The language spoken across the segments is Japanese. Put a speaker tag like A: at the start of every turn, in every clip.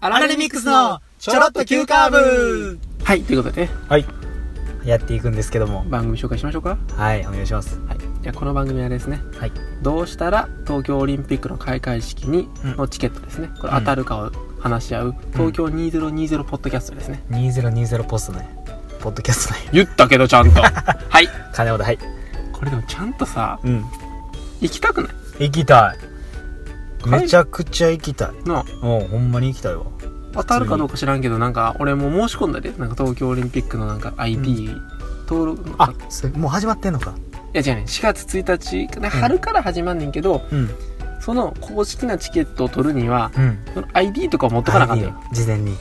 A: アラレミックスのちょろっと急カーブはい、ということでね、
B: はい。やっていくんですけども。
A: 番組紹介しましょうか。
B: はい、お願いします。
A: はい。じゃあ、この番組はですね、
B: はい。
A: どうしたら東京オリンピックの開会式に
B: うん
A: のチケットですね、これ当たるかを話し合う、東京2020ポッドキャストですね。
B: 2020ポストね。ポッドキャストね。
A: 言ったけど、ちゃんと。 はい。
B: 金本、はい。
A: これでもちゃんとさ、
B: うん。
A: 行きたくない
B: 行きたい。
A: はい
B: めちゃくちゃ行きたい。
A: の
B: もうほんまに行きたいわ。
A: 当たるかどうか知らんけど、なんか、俺も申し込んだで、なんか東京オリンピックのなんか IP、登録
B: あ、それもう始まってんのか。
A: いや違うね4月1日かな春から始まんねんけど、
B: うん。
A: その公式なチケットを取るには
B: うん。
A: その ID とかを持っとかなあかったよ
B: ID を事前に。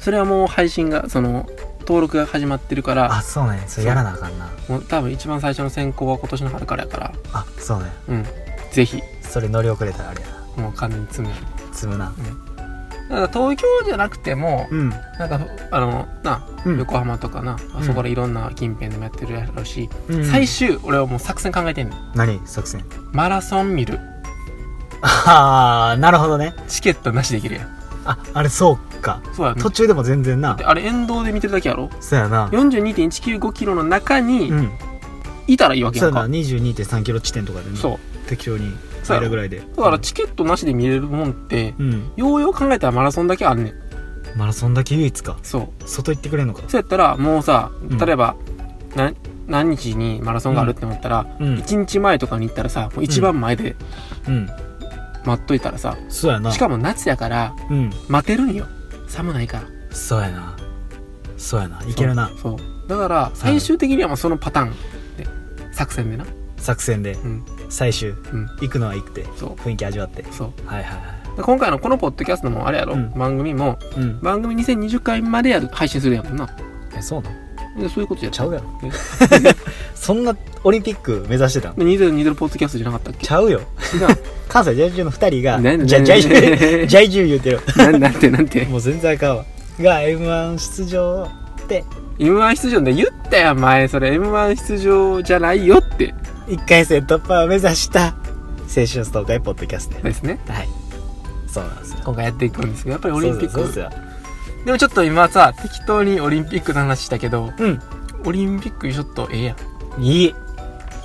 A: それはもう配信がその登録が始まってるから
B: あ、そうね。それやらなあかんな。
A: もう多分一番最初の選考は今年の春からやから
B: あ、そうね。
A: うんぜひ
B: それ乗り遅れたらあれやな。
A: もう完全に詰める
B: 積むな。
A: なんか東京じゃなくても、
B: うん。
A: なんかあのな、
B: うん
A: 横浜とかな、あそこからいろんな近辺でもやってるやろうし、
B: うん
A: 最終俺はもう作戦考えてんの
B: 何作戦。
A: マラソン見る
B: ああ、なるほどね。
A: チケットなしできるやん
B: あ、あれそうか。
A: そうやね
B: 途中でも全然な
A: で。あれ沿道で見てるだけやろ
B: そうやな。
A: 42.195キロの中に
B: うん。
A: いたらいいわけ
B: そ
A: や
B: うんだ
A: か、
B: 22.3キロ地点とかでね
A: そう
B: 適当に
A: そうや
B: 間ぐらいで
A: だからチケットなしで見れるもんって
B: うん
A: ようよう考えたらマラソンだけあんねん
B: マラソンだけ唯一か
A: そう
B: 外行ってくれんのか
A: そうやったらもうさ
B: ん
A: 例えば、な何日にマラソンがあるって思ったら、
B: うん
A: 1日前とかに行ったらさもう一番前で
B: うん
A: 待っといたらさ、
B: そうやな
A: しかも夏やから
B: うん
A: 待てるんよ寒ないから
B: そうやなそうやないけるな
A: そうそうだから最終的にはもうそのパターンで作戦でな
B: 作戦で
A: うん
B: 最終
A: うん
B: 行くのは行くて
A: そう
B: 雰囲気味わって
A: そう
B: はいはいは
A: で今回のこのポッドキャストもあれやろ、
B: うん
A: 番組も
B: いうん
A: 番組2020回までやる配信するやもんな
B: えそうなの
A: でそういうことやっ
B: ちゃうやろ
A: え
B: そんなオリンピック目指してたの
A: で2020ポッドキャストじゃなかったっけ
B: ちゃうよ
A: 違
B: 関西在住の二人が
A: ねね
B: じゃ在
A: ね
B: 住在住言うてる
A: うななんてなんて
B: もう全然あかんわが M1 出場って
A: m 1出場で言ったやん前それ m 1出場じゃないよって
B: 一回戦突破を目指した青春ストーカーポッドキャストで
A: ですね
B: はいそうなんですよ
A: 今回やっていくんですけどやっぱりオリンピッ
B: そうです
A: ク
B: よ
A: でもちょっと今さ適当にオリンピックの話したけど
B: うん
A: オリンピックちょっとええやん
B: いい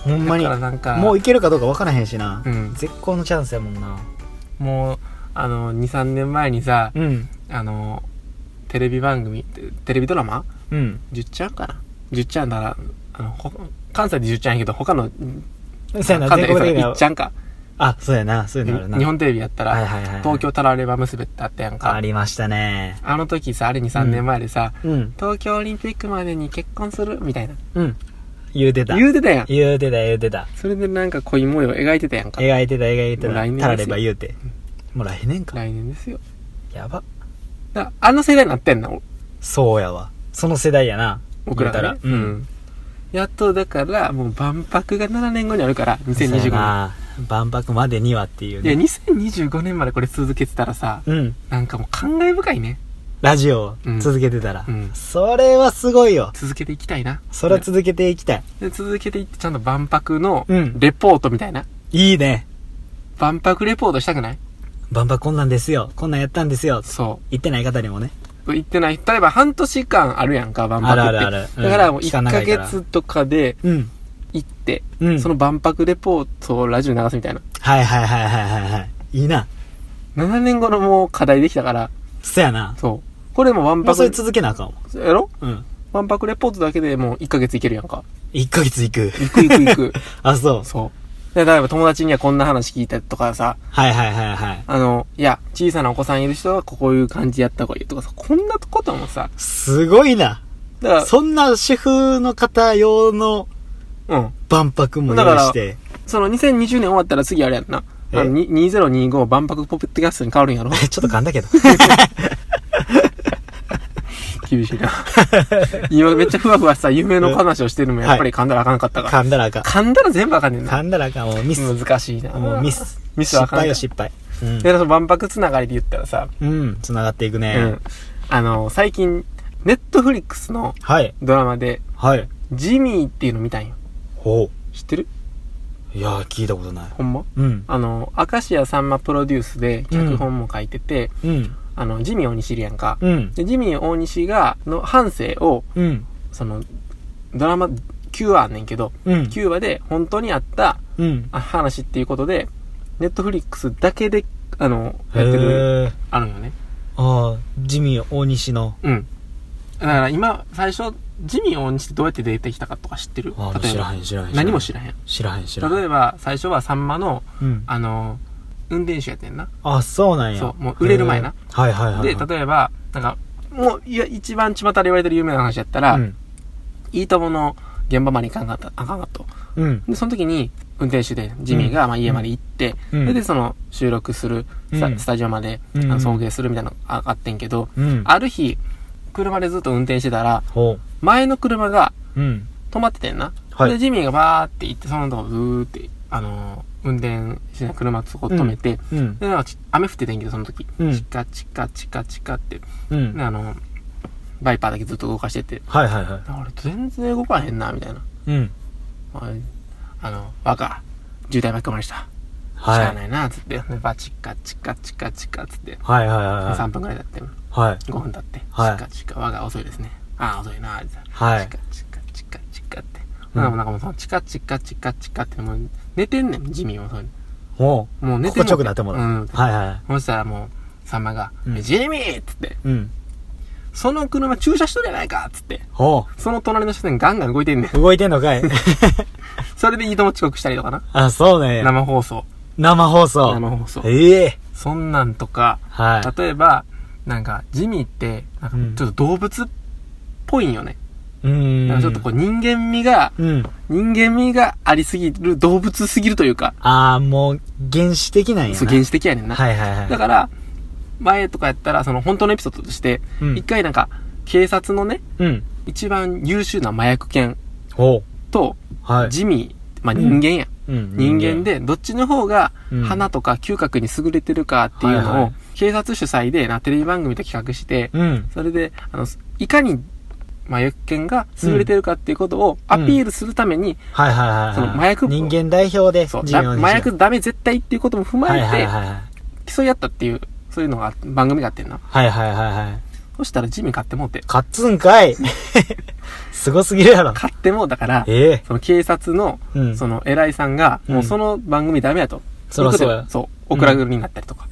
B: ほんまに
A: だからなんか
B: もういけるかどうか分からへんしな、
A: うん
B: 絶好のチャンスやもんな
A: もうあの23年前にさ
B: うん
A: あのテレビ番組テテレビドラマ
B: うん
A: 10ちゃんかな10ちゃんならあのほ関西で10ちゃんやけど他の
B: そうやな
A: 関
B: 全
A: 西
B: 国
A: で
B: 的な
A: 1ちゃんか
B: あそうやなそういうのあるな
A: 日本テレビやったら、
B: はいはいはい
A: 東京タラレバ娘ってあったやんか
B: あ。りましたね
A: あの時さ、あれに3年前でさ、
B: うん
A: 東京オリンピックまでに結婚するみたいな。
B: うん言うてた
A: 言うてたやん。
B: 言うてた言うてた
A: それでなんか恋模様描いてたやんか。来
B: 描いてた描いて
A: もう来年
B: た
A: ですよ
B: たられば言うてもう来年か
A: 年ですよ。
B: やば
A: だあの世代になってんな、お
B: そうやわその世代やな
A: 僕ら
B: 言
A: が、
B: う
A: ね。
B: たらうん
A: やっとだから、もう万博が7年後にあるから、
B: そうや
A: 2025
B: な万博までにはっていう
A: 年。いや、
B: ね
A: 2025年までこれ続けてたらさ、
B: うん
A: なんかもう感慨深いね。
B: ラジオを続けてたら、
A: うんうん
B: それはすごいよ
A: 続けていきたいな。
B: それは続けていきたい、
A: で続けていって、ちゃんと万博の
B: うん
A: レポートみたいな。
B: いいね
A: 万博レポートしたくない
B: 万博こんなんですよこんなんやったんですよ
A: そう。
B: 言ってない方にもね
A: 言ってない。例えば半年間あるやんか、万博って。
B: あるあるあるうん
A: だからもう1
B: 期間長
A: ヶ
B: いから
A: 月とかで
B: うん
A: 行って、
B: うん
A: その万博レポートをラジオに流すみたいな。
B: はいはいはいはいはいはいいいな
A: 7年後のもう課題できたから、
B: そやな
A: そう。これでもう万
B: もうそれ
A: 博、
B: 続けなあかんわ
A: やろ
B: うん
A: 万博レポートだけでもう1ヶ月いけるやん か。
B: 1ヶ月行く
A: 行く行く行く。
B: あそう
A: そう。で、例えば友達にはこんな話聞いたとかさ、
B: はいはいはいはい
A: あの、いや、小さなお子さんいる人はこういう感じやった方がいいとかさ、こんなこともさ、
B: すごいな
A: だか
B: そんな主婦の方用の
A: ら、うん。
B: 万博も用意して
A: その2020年終わったら次あれやんな。あ
B: え
A: のに2025万博ポッドキャストに変わ るんやろ
B: ちょっと噛んだ けど
A: 厳しいな。今めっちゃふわふわした夢の話をしてるのもやっぱり噛んだらあかんかったから。
B: 噛んだらあかん
A: 噛んだら全部あかんねんな。
B: 噛んだらあかんもうミス
A: 難しいな。
B: もうミ。ス
A: ミスは
B: 失
A: あかん
B: 敗よ失敗うん
A: で、その万博つながりで言ったらさ、
B: うん、繋がっていくね。
A: うん。あの、最近、ネットフリックスの
B: はい、
A: ドラマで、
B: はい。
A: ジミーっていうの見たんよ。
B: ほ
A: 知ってる
B: う。いやー、聞いたことない。
A: ほんま
B: うん、
A: あの、明石家さんまプロデュースで脚本も書いてて、
B: うん、
A: あの、ジミー大西いるやんか。
B: うん。
A: で、ジミー大西が、の半生を、
B: うん。
A: その、ドラマ、9話あんねんけど、
B: うん。
A: 9話で本当にあった
B: うん。
A: あ話っていうことで、ネットフリックスだけで、あの、
B: へ
A: やってる、
B: え。
A: あるのね。
B: ああ、ジミー大西の。
A: うん。だから今、最初、ジミー大西ってどうやって出てきたかとか知ってる
B: ああ、
A: 例え
B: 知ら
A: ば
B: へ。ん、知らへん。
A: 何も知
B: ら
A: らへん。
B: ん。知らへん、知らへ
A: 例
B: ん。
A: えば、最初はサンマの、
B: うん。
A: あの、運転手やってんな。
B: あ、そうなんや。
A: そうもう売れる前な
B: へー。はいはいはい。
A: で、例えば、なんか、もう、いや、一番巷で言われてる有名な話やったら、
B: うん。
A: いいともの現場まで行かんかった、あかんかと。
B: うん。
A: で、その時に、運転手で、ジミーが、まあ、家まで行って、
B: うん
A: それで、その、収録する、ス
B: う
A: タ
B: ん
A: スタジオまで、
B: うん
A: あの送迎するみたいなのがあってんけど、
B: うん。
A: ある日、車でずっと運転してたら、
B: ほ
A: 前の車が
B: う。うん。
A: 止まっててんな。
B: はい
A: で、ジミーがバーって行って、そのとこずーって、あのー運転しない車そこ止めて、
B: うん。
A: で、なんかち雨降っててんけど、その時。
B: うん
A: チカチカチカチカって、
B: うん。
A: で、あのーバイパーだけずっと動かしてて、
B: はいはいはい。
A: あれ全然動かへんな、みたいな。
B: うん。
A: あれあの、若、渋滞巻き込まれました。しゃあ
B: はい。
A: ないな、つって。でバチカチカチカチカつって。
B: はいはいはいは
A: 3分くらい経って、
B: い。はい。
A: 5分経って、
B: はい
A: チカチカ、我が遅いですね。ああ、遅いな、みたいな。
B: はい
A: チカ。チカチカチカって。
B: うん
A: なんかもうなんかもうそのチカチカチカチカってもう寝てんねん、ジミーはそう
B: ほう。
A: もう寝て
B: ここ直なってもら
A: う。
B: うんはいはいはい。
A: そしたらもう、サンマが、
B: うん
A: ジミーっつって、
B: うん。
A: その車駐車しとるやないかっつって、
B: ほ
A: その隣の車線ガンガン動いてんねん。
B: う。動いてんのかい
A: それでいいとも遅刻したりとかな。
B: あ、そうなんや。
A: 生放送。
B: 生放送。
A: 生放送。
B: ええ。
A: そんなんとか、
B: はい。
A: 例えば、なんか、ジミーって、なんか
B: うん
A: ちょっと動物っぽいんよね。
B: うーん。
A: なんかちょっとこう人間味が、
B: うん。
A: 人間味がありすぎる、動物すぎるというか、
B: ああ、もう、原始的なんやな。
A: そう原始的やねんな。
B: はいはいはい。
A: だから、前とかやったら、その本当のエピソードとして、
B: う
A: 一、
B: ん
A: 回なんか、警察のね、
B: うん。
A: 一番優秀な麻薬犬
B: ほ
A: と、
B: う。はい。
A: ジミー、まあ
B: うん
A: 人間や。
B: うん
A: 人間。で、どっちの方が
B: うん、
A: 花とか嗅覚に優れてるかっていう
B: はい
A: の
B: は
A: を
B: い、
A: 警察主催でな、テレビ番組で企画して、
B: うん。
A: それで、あの、いかに、麻薬犬が優れてるかっていうことをアピールするために、
B: はいはいはいはい。
A: その麻薬
B: 人間代表で、
A: そう、
B: ジミー
A: だ
B: を
A: 麻薬ダメ絶対っていうことも踏ま
B: はい
A: え
B: はい
A: て、
B: はいはい。
A: 競い合ったっていう、そういうのが、番組があってんな。
B: はいはいはいはい。
A: そしたらジミー買ってもうて。
B: 勝つんかい すごすぎるやろ。
A: 買ってもうだから、
B: ええ。
A: その警察の、
B: うん
A: その偉いさんが、
B: うん
A: もうその番組ダメやと。
B: そら
A: い
B: そう
A: こと
B: や
A: でそう、オクラグルになったりとか。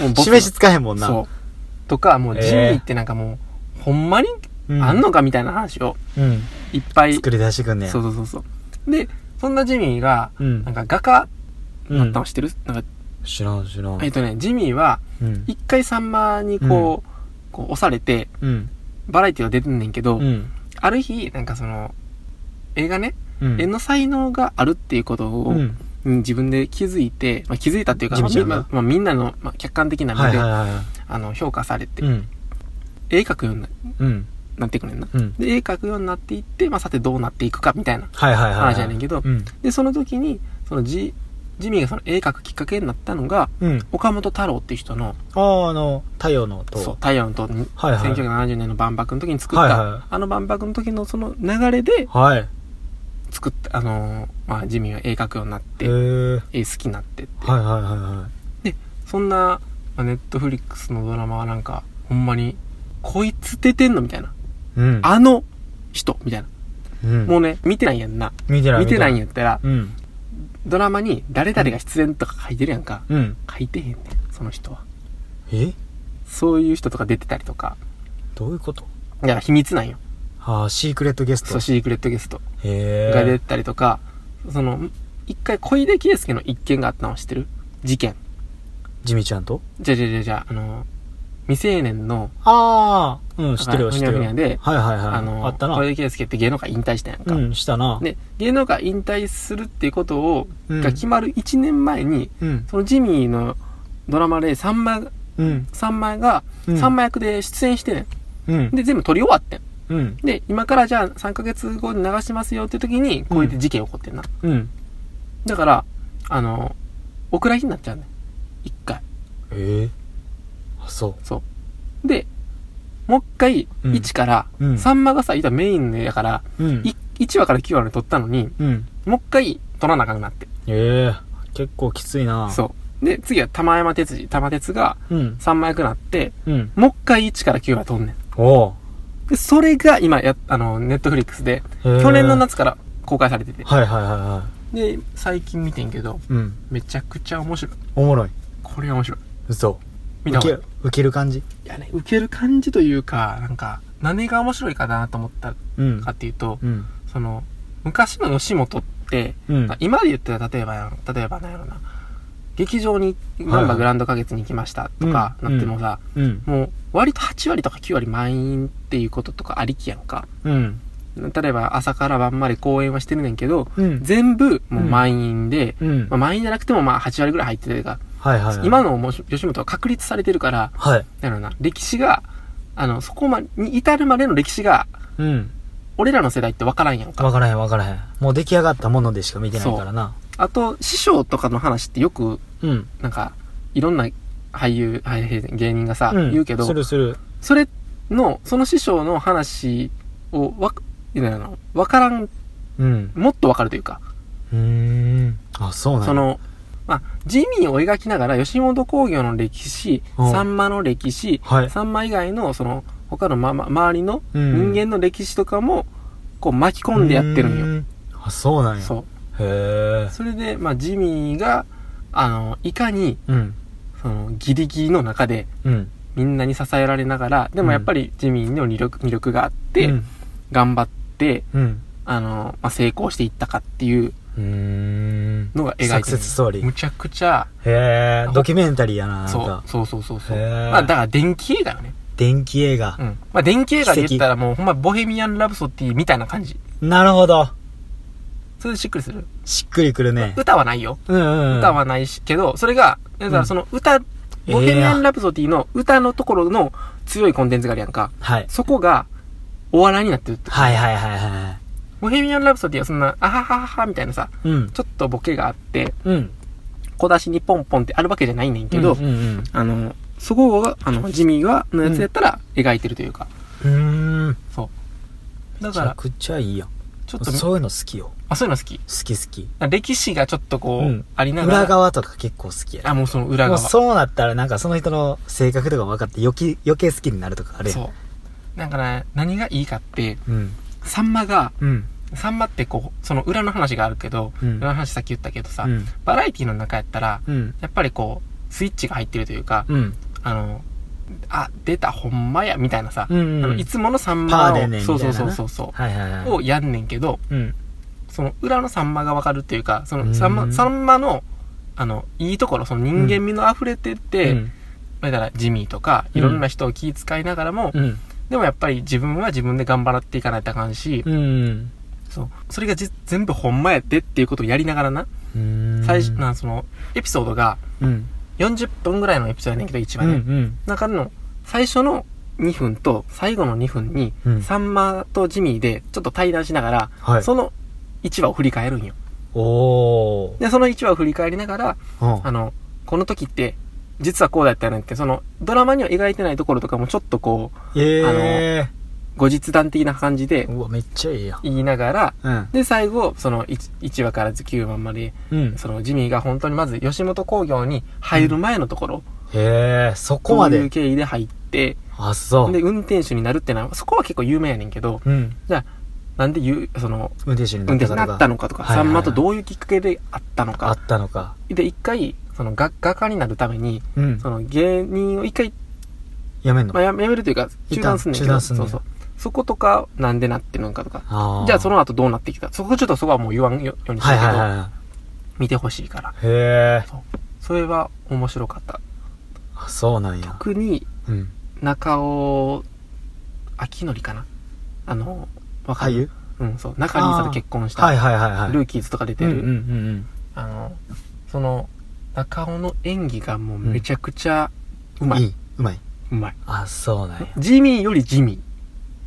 A: もうボス
B: 示しつかへんもんな。
A: そう。とか、もう
B: ええ
A: ジミーってなんかもう、ほんまに
B: うん
A: あんのかみたいな話を
B: うん。
A: いっぱい。
B: 作り出してくんねや。
A: そうそうそうそう。で、そんなジミーが、
B: うん
A: なんか画家、
B: うん。
A: 知ってるなんか、
B: 知らん知らん。
A: えっとね、ジミーは、
B: うん。
A: 一回サンマにこう、こう押されて、
B: うん。
A: バラエティは出てんねんけど、
B: うん。
A: ある日、なんかその、映画ね、
B: うん。
A: 絵の才能があるっていうことを、
B: うん。
A: に自分で気づいて、まあ、気づいたっていうか、
B: 地
A: まあ
B: 道
A: み
B: や
A: ん
B: な
A: なまあみんなの、まあ、客観的な
B: は
A: 目
B: い
A: で、
B: はいは
A: あの評価されて、
B: い。うん。
A: 絵描くようにな
B: うん。
A: なっていくねんな。
B: うん。
A: で、絵描くようになっていって、まあ、さてどうなっていくかみたいな
B: はいはいはい。
A: 話やねんけど、
B: うん。
A: で、その時に、そのジジミーがその絵描くきっかけになったのが、
B: うん。
A: 岡本太郎っていう人の、
B: ああ、あの、太陽の塔。
A: そう、太陽の塔に、
B: はいはい
A: 1970年の万博の時に作った、
B: はいはい
A: あの万博の時のその流れで
B: はい。へ
A: 作った、あのーまあ、ジミーは絵描くようになって
B: え。、はい
A: 絵好きになってって、
B: はいはいは
A: そんな、まあ、ネットフリックスのドラマはなんか、ほんまに、こいつ出てんのみたいな。
B: い。うん。
A: あの人みたいな。
B: うん、
A: もうね、見てないやんな。
B: 見てない
A: 見てないんやったら、
B: うん。
A: ドラマに誰々が出演とか書いてるやんか。
B: うん。
A: 書いてへんねん、その人は。
B: え
A: そういう人とか出てたりとか。
B: どういうこと
A: だから秘密なんよ。
B: ああ、シークレットゲス
A: そ
B: ト
A: う、。シークレットゲスト
B: へ
A: が出
B: え。
A: てたりとか、その、一回小出圭介の一件があったの知ってる事件。
B: ジミちゃんと
A: じゃじゃじゃじゃ、あの、未成年の、
B: ああ、うん、知ってるよ、
A: あ
B: 知って
A: ふ
B: る
A: にゃふ
B: よ。
A: にゃで
B: はいはいはい。
A: あ
B: あ
A: の、
B: ったな
A: 小。出圭介って芸能界引退したやんか。
B: うん、したな。
A: で、芸能界引退するっていうことを、
B: うん
A: が決まる1年前に、
B: うん。
A: そのジミーのドラマでサンマ、
B: うん。
A: サンマが、
B: うん
A: サンマ役で出演してね、
B: うん。
A: で、全部撮り終わってん。
B: うん。
A: で、今からじゃあ3ヶ月後に流しますよって時に、こうやって事件起こってんな。
B: うん。
A: だから、あの、お蔵入りになっちゃうね。一回。
B: ええ。あ、そ
A: そう。で、もう一回、
B: うん
A: 1から、
B: うん
A: サンマがさ、言ったらメインやから、
B: う。うん。
A: 1話から9話まで撮ったのに、
B: うん。
A: もう一回撮らなあかんなって。
B: ええ。結構きついな。
A: そう。で、次は玉山哲司、玉哲が
B: うん。
A: 3枚くなって、
B: うん。
A: もう一回1から9まで飛んねん。
B: おう。
A: で、それが今や、あの、ネットフリックスで、
B: へー
A: 去年の。夏から公開されてて。
B: はいはいはいは
A: で、最近見てんけど、
B: い。うん。
A: めちゃくちゃ面白い。
B: おもろい。
A: これは面白い。
B: 嘘。
A: 見た方がいい。
B: ウケウケる感じ
A: いやね、受ける感じというか、なんか、何が面白いかなと思った
B: うん
A: かっていうと、
B: うん。
A: その、昔の吉本って、
B: うん。
A: 今で言ったら例えばやん、例えばなんやろな、劇場に、
B: はい
A: なんばグランド花月に行きましたとか、
B: うん
A: なってもさ、
B: うん。
A: もう、割と8割とか9割満員っていうこととかありきやんか。
B: うん。
A: 例えば朝から晩まで公演はしてるねんけど、
B: うん。
A: 全部もう満員で、
B: うん
A: まあ、。満員じゃなくてもまあ8割ぐらい入ってるというか、
B: はいはいはい。
A: 今のもし吉本は確立されてるから、
B: はい。
A: なんやろな、歴史が、あの、そこまで、に至るまでの歴史が、
B: うん。
A: 俺らの世代って分からんやんか。
B: わからへんわからへん。もう出来上がったものでしか見てないからな。
A: あと、師匠とかの話ってよく、
B: うん。
A: なんか、いろんな俳優、俳優芸人がさ、
B: うん
A: 言うけど
B: す、るする。
A: それの、その師匠の話を、わ、なんやろ分からん、
B: うん。
A: もっと分かるというか、
B: うーん。あ、そうなんや
A: そ、の、まあ、ジミーを描きながら、吉本興業の歴史、
B: うん
A: さんまの歴史、
B: はい。
A: さんま以外の、その、他の、ま、ま、周りの人
B: 人
A: 間の歴史とかも、こう巻き込んでやってるんよ。
B: よ。あ、そうなんや。
A: そう。
B: へえ。
A: それで、まあ、ジミーが、あの、いかに、
B: うん。
A: その、ギリギリの中で、
B: うん。
A: みんなに支えられながら、でもやっぱりジミーの魅力魅力があって、
B: うん。
A: 頑張って、
B: うん。
A: あの、まあ、成功していったかっていう
B: うーん。
A: のが描いてる。
B: サクセスストーリー
A: むちゃくちゃ、
B: へえ。ドキュメンタリーやな、なん
A: そう
B: か。
A: そうそうそうそう。
B: へー
A: まあ、だから電気映画よね。
B: 電気映画
A: う。ん。まあ、電気映画で言ったらもう、ほんま、ボヘミアン・ラブソティみたいな感じ。
B: なるほど。
A: それでしっくりする。
B: しっくりくるね。
A: 歌はないよ。
B: うんうんうん。
A: 歌はないし、けど、それが、だからその歌、ボヘミアン・ラプソディの歌のところの強いコンテンツがあるやんか。
B: はい。
A: そこが、お笑いになってるって。
B: はいはいはいは
A: ボヘミアン・ラプソディはそんな、あははははみたいなさ、
B: い。うん。
A: ちょっとボケがあって、
B: うん。
A: 小出しにポンポンってあるわけじゃないねんけど、
B: うんうん
A: あの、そこが、あの、ジミーが、のやつやったら描いてるというか。
B: うん。うーん。
A: そう。だか
B: めちゃ
A: ら、
B: くちゃいいやん。
A: ちょっと、
B: そういうの好きよ。
A: あ、そういうの好き。
B: 好き好き。
A: 歴史がちょっとこう、
B: うん
A: ありながら。
B: 裏側とか結構好きや。
A: あ、もうその裏
B: も
A: 側。
B: うそうなったらなんかその人の性格とか分かって余計余計好きになるとかあるやん。
A: そう。だから、何がいいかって、
B: うん。
A: さんまが、
B: うん。
A: さんまってこう、その裏の話があるけど、
B: うん
A: 裏の話さっき言ったけどさ、
B: うん。
A: バラエティの中やったら、
B: うん。
A: やっぱりこう、スイッチが入ってるというか、
B: うん。
A: あの、あ、出た、ほんまや、みたいなさ、
B: うん
A: あ
B: う
A: の
B: ん。
A: いつものさんま
B: パー
A: を、
B: でねみた
A: そ
B: いうな
A: そう
B: な
A: そうそうそ、。
B: はいはいはいう
A: をやんねんけど、
B: うん。
A: その裏のさんまがわかるっていうか、そのさん
B: う
A: ま、
B: ん
A: さんまの、あの、いいところ、その人間味の溢れてて、
B: うん
A: だからジミーとか、いろんな人を気遣いながらも、
B: うん。
A: でもやっぱり自分は自分で頑張っていかないとあかんし、
B: うん。
A: そう。それがじ全部ほんまやってっていうことをやりながらな、
B: うん。
A: 最初、な、その、エピソードが
B: うん。
A: 40分ぐらいのエピソードやねんけど、一
B: う
A: 番
B: ん。う
A: ね。
B: ん。
A: 中の、最初の2分と最後の2分に、
B: うん
A: サンマとジミーでちょっと対談しながら、
B: はい。
A: その1話を振り返るんよ。
B: おー。
A: で、その1話を振り返りながら、
B: うん
A: あの、この時って、実はこうだったよねって、その、ドラマには描いてないところとかもちょっとこう、
B: え
A: 後日談的な感じで
B: ー。うわ、めっちゃいいやん。
A: 言いながら、
B: うん。
A: で、最後、その 1, 1話から9話まで、
B: うん。
A: そのジミーが本当にまず吉本興業に入る前のところ、
B: へえ、そこ
A: こ
B: ま
A: ういう
B: で。
A: 経緯で入って、
B: あ、そう。
A: で、運転手になるってのは、そこは結構有名やねんけど、
B: うん。
A: なんでゆその、
B: 運転手にな
A: 運
B: っ
A: 転
B: た
A: 手
B: か
A: に
B: と
A: なった
B: か。
A: のかとか、
B: はい
A: さ
B: はいは
A: ん
B: い
A: まとどういうきっかけであったの
B: あ
A: か。
B: ったのか。
A: で、一回、その、が画家になるために、
B: うん。
A: その、芸人を一回、
B: やめんの
A: まあ、ややめるというか、
B: 一
A: 中
B: 旦
A: 断すんねんけ
B: 中
A: ど、
B: 断すんね
A: そ
B: ん
A: うそう。そことか、なんでなってるのかとか。
B: あー
A: じゃあ、その後どうなってきたそこちょっとそこはもう言わんよようにして
B: はい
A: るけど、
B: はいは
A: 見てほしいから。
B: い。へえ。
A: それは面白かった。
B: あ、そうなんや。
A: 特に、
B: うん。
A: 中尾明則かなあのわか
B: 俳
A: る、
B: 優
A: うんそう中里依紗と結婚した、
B: はいはいはいはい。
A: ル
B: ー
A: ーキーズとか出て
B: うん
A: る、
B: うんうん
A: あのその中尾の演技がもうめちゃくちゃう
B: うん。
A: まい、
B: いうい。うまい。
A: まい
B: あ、そうなんや。
A: ジミーよりジミー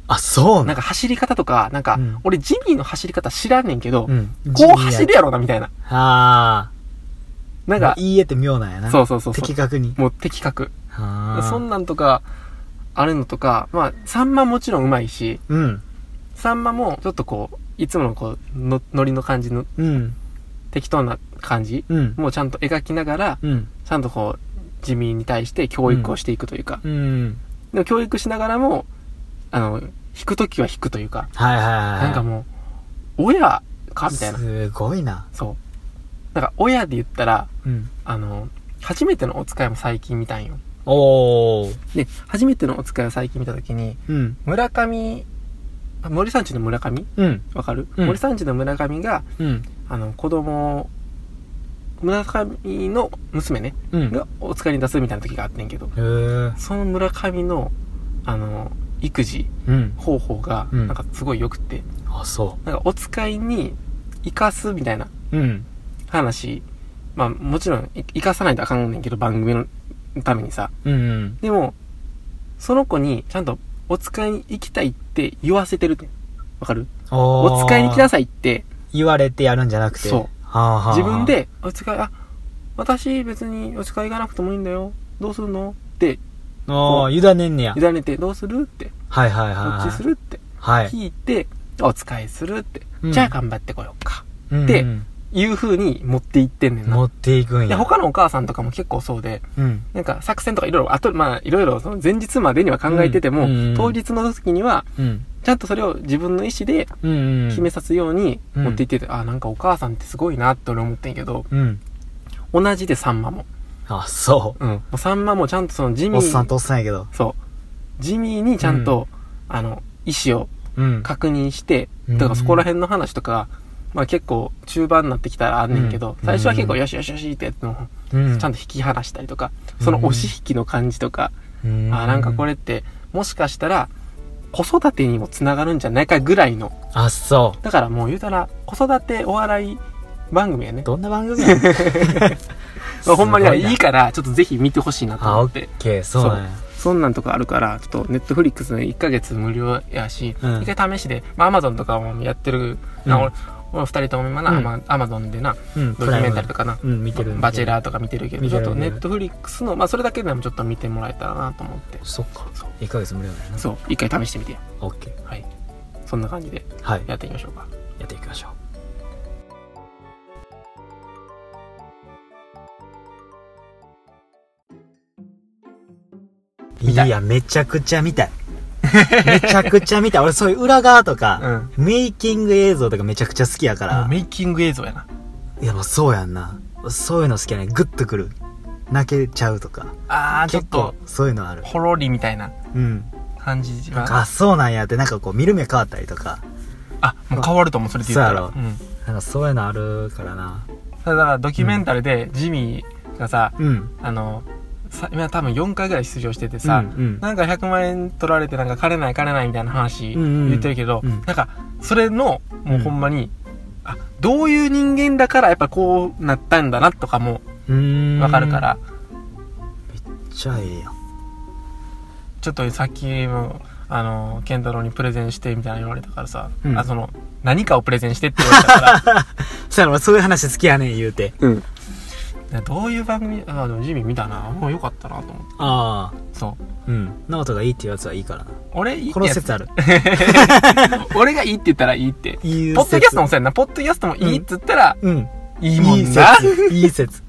B: あ、そ
A: な
B: うな
A: ん
B: ん
A: か走り方とかなんか、
B: うん
A: 俺ジミーの走り方知らんねんけど、
B: うん。
A: こう走るやろなみたいな
B: ああ。
A: な
B: なんん
A: か
B: か。言えって妙なんやな。
A: そううそうそうそう
B: 的確に。
A: もう的確
B: あー
A: そんなんとかあるのとかまあさんまもちろんうまいし
B: うん。
A: さんまもちょっとこういつものこうのノリの感じの
B: うん。
A: 適当な感じ
B: うん。
A: もうちゃんと描きながら、
B: うん。
A: ちゃんとこう、地味に対して教育をしていくというか、
B: うん。
A: でも教育しながらも、あの、引くときは引くというか、
B: はいはいはい。
A: なんかもう、親かみたいな。
B: すごいな。
A: そう。なんか親で言ったら、
B: うん。
A: あの、初めてのお使いも最近見たんよ。
B: おー。
A: で、初めてのお使いを最近見たときに、
B: うん。
A: 村上、あ森三中の村上
B: うん。
A: わかる、
B: うん
A: 森三中の村上が、
B: うん。
A: あの、子供を、村上の娘ね、
B: うん。へ
A: がお使いに出すみたいな時があってんけど、
B: ー。
A: その村上の、あの、育児
B: うん。
A: 方法が、
B: うん
A: なんかすごい良くて、
B: あ、そ
A: なんかお使いに生かすみたいな
B: う。うん。
A: 話、まあもちろんい生かさないとあかんねんけど、番組のためにさ。
B: うんうん。
A: でも、その子にちゃんとお使いに行きたいって言わせてるって。わかる
B: お
A: お使いに来な
B: さ
A: さいって、
B: い。言われてやるんじゃなくて。
A: そう。
B: はあ、はあ、
A: 自分。で、お使い、あ、私別にお使い行かなくてもいいんだよ。どうするのって、
B: おー、委ねんねや
A: 委。ねて、どうするって、
B: はいはいはい
A: ど
B: はい。
A: っちするって、
B: はい。
A: 聞いて、お使いするって、
B: うん
A: じゃあ頑張ってこようか。
B: で
A: でいう風に持っていってんねん
B: 持
A: な。
B: っていくん
A: で、
B: や。
A: 他のお母さんとかも結構そうで、
B: うん。
A: なんか作戦とかいろいろ、あと、まあ、いろいろ、その前日までには考えてても、
B: うんうん
A: 当日の時には、
B: うん。
A: ちゃんとそれを自分の意思で
B: うんうん。
A: 決めさすように
B: うん
A: 持っていってて、あ、なんかお母さんってすごいなって俺思ってんけど、
B: うん。
A: 同じでサンマも。
B: あ、そ
A: うん。もうサンマもちゃんとその地味
B: う。
A: に
B: おっさんとおっさんやけど。
A: そう。地味にちゃんと、あの、意思を
B: うん。
A: 確認して、
B: うん
A: だからそこら辺の話とか、まあ結構中盤になってきたらあんねんけど、
B: うん
A: 最初は結構
B: うん
A: よしよしよしってやっても、
B: うん。
A: ちゃん
B: と。
A: と引き離したりとか、
B: うん
A: その押し引きの感じとか、
B: うん。
A: あーなんかこ
B: れ。
A: れって、もしかしたら、子育てにもつながるんじゃないかぐらいの。
B: あ、そ
A: だからもう言うたら、子育てお笑い番組やね
B: う。。どんな番組 や
A: まあほんまにだから
B: すごいない
A: いから、ちょっとぜひ見てほしいなと
B: あ、
A: 思
B: オ
A: って
B: ッ。ケー、そうなんや。
A: そんなんとかあるから、ちょっとネットフリックスの1ヶ月無料やし、
B: うん
A: 一回試しで、まあアマゾンとかもやってる、な
B: うん
A: 俺、俺二人とも今な、
B: うん
A: まあアマゾンでな、
B: うん。
A: ドキュメンタリーとかな、
B: うん、見てる。
A: バチェラーとか見てるけど、
B: 見
A: ち
B: て
A: ょっ
B: る
A: とネットフリックスの、まあそれだけでもちょっと見てもらえたらなと思って、
B: そっか。
A: そう
B: 1ヶ月無料だよな。
A: そう、一回試してみてよ。
B: オッケー。
A: はい。そんな感じで
B: はい。
A: やっていきましょうか。
B: やっていきましょう。
A: 見
B: い
A: たい
B: や、めちゃくちゃ見たい。 めちゃくちゃ見たい。俺そういう裏側とか、
A: ん。
B: メイキング映像とかめちゃくちゃ好きやか
A: もう
B: ら。
A: メイキング映像やな。
B: いや、もうそうやんな。そういうの好きやね。グッとくる。泣けちゃうとか。
A: あー、ちょっ
B: 結構
A: と、、
B: そういうのある。
A: ほろりみたいな
B: うん。
A: 感じ
B: なん
A: が。
B: か、あそうなんやって、なんかこう、見る目変わったりとか。
A: あ、もう変わると思う、それで言ったら。
B: そうや
A: ん。
B: なんかそういうのあるからな。
A: ただからドキュメンタルでジミーがさ、
B: うん。
A: あのさ今多分4回ぐらい出場しててさ、
B: うんうん
A: なんか100万円取られてなんか金ない金ないみたいな話
B: うんうん
A: 言ってるけど、
B: うん
A: なんかそれのもうほんまに、あどういう人間だからやっぱこうなったんだなとかも
B: うーん。
A: わかるか。ら、
B: めっちゃええやん。
A: ちょっとさっきもあの健太郎にプレゼンしてみたいな言われたからさ、
B: うん
A: あその何かをプレゼンしてって言われた から
B: そうやろ、俺そういう話好きやねん、言うて。
A: いやどういう番組あでもジミー見たなもうよかったなと思って
B: ああ。
A: そう
B: うん。ノートがいいっていうやつはいいからな。
A: 俺いい
B: この説ある。
A: 俺がいいって言ったらいいって。
B: いい説
A: ポッドキャストもそうやんな。ポッドキャストもいいって言ったら、
B: うん。
A: いいもん
B: いい
A: な。
B: 説。いい説。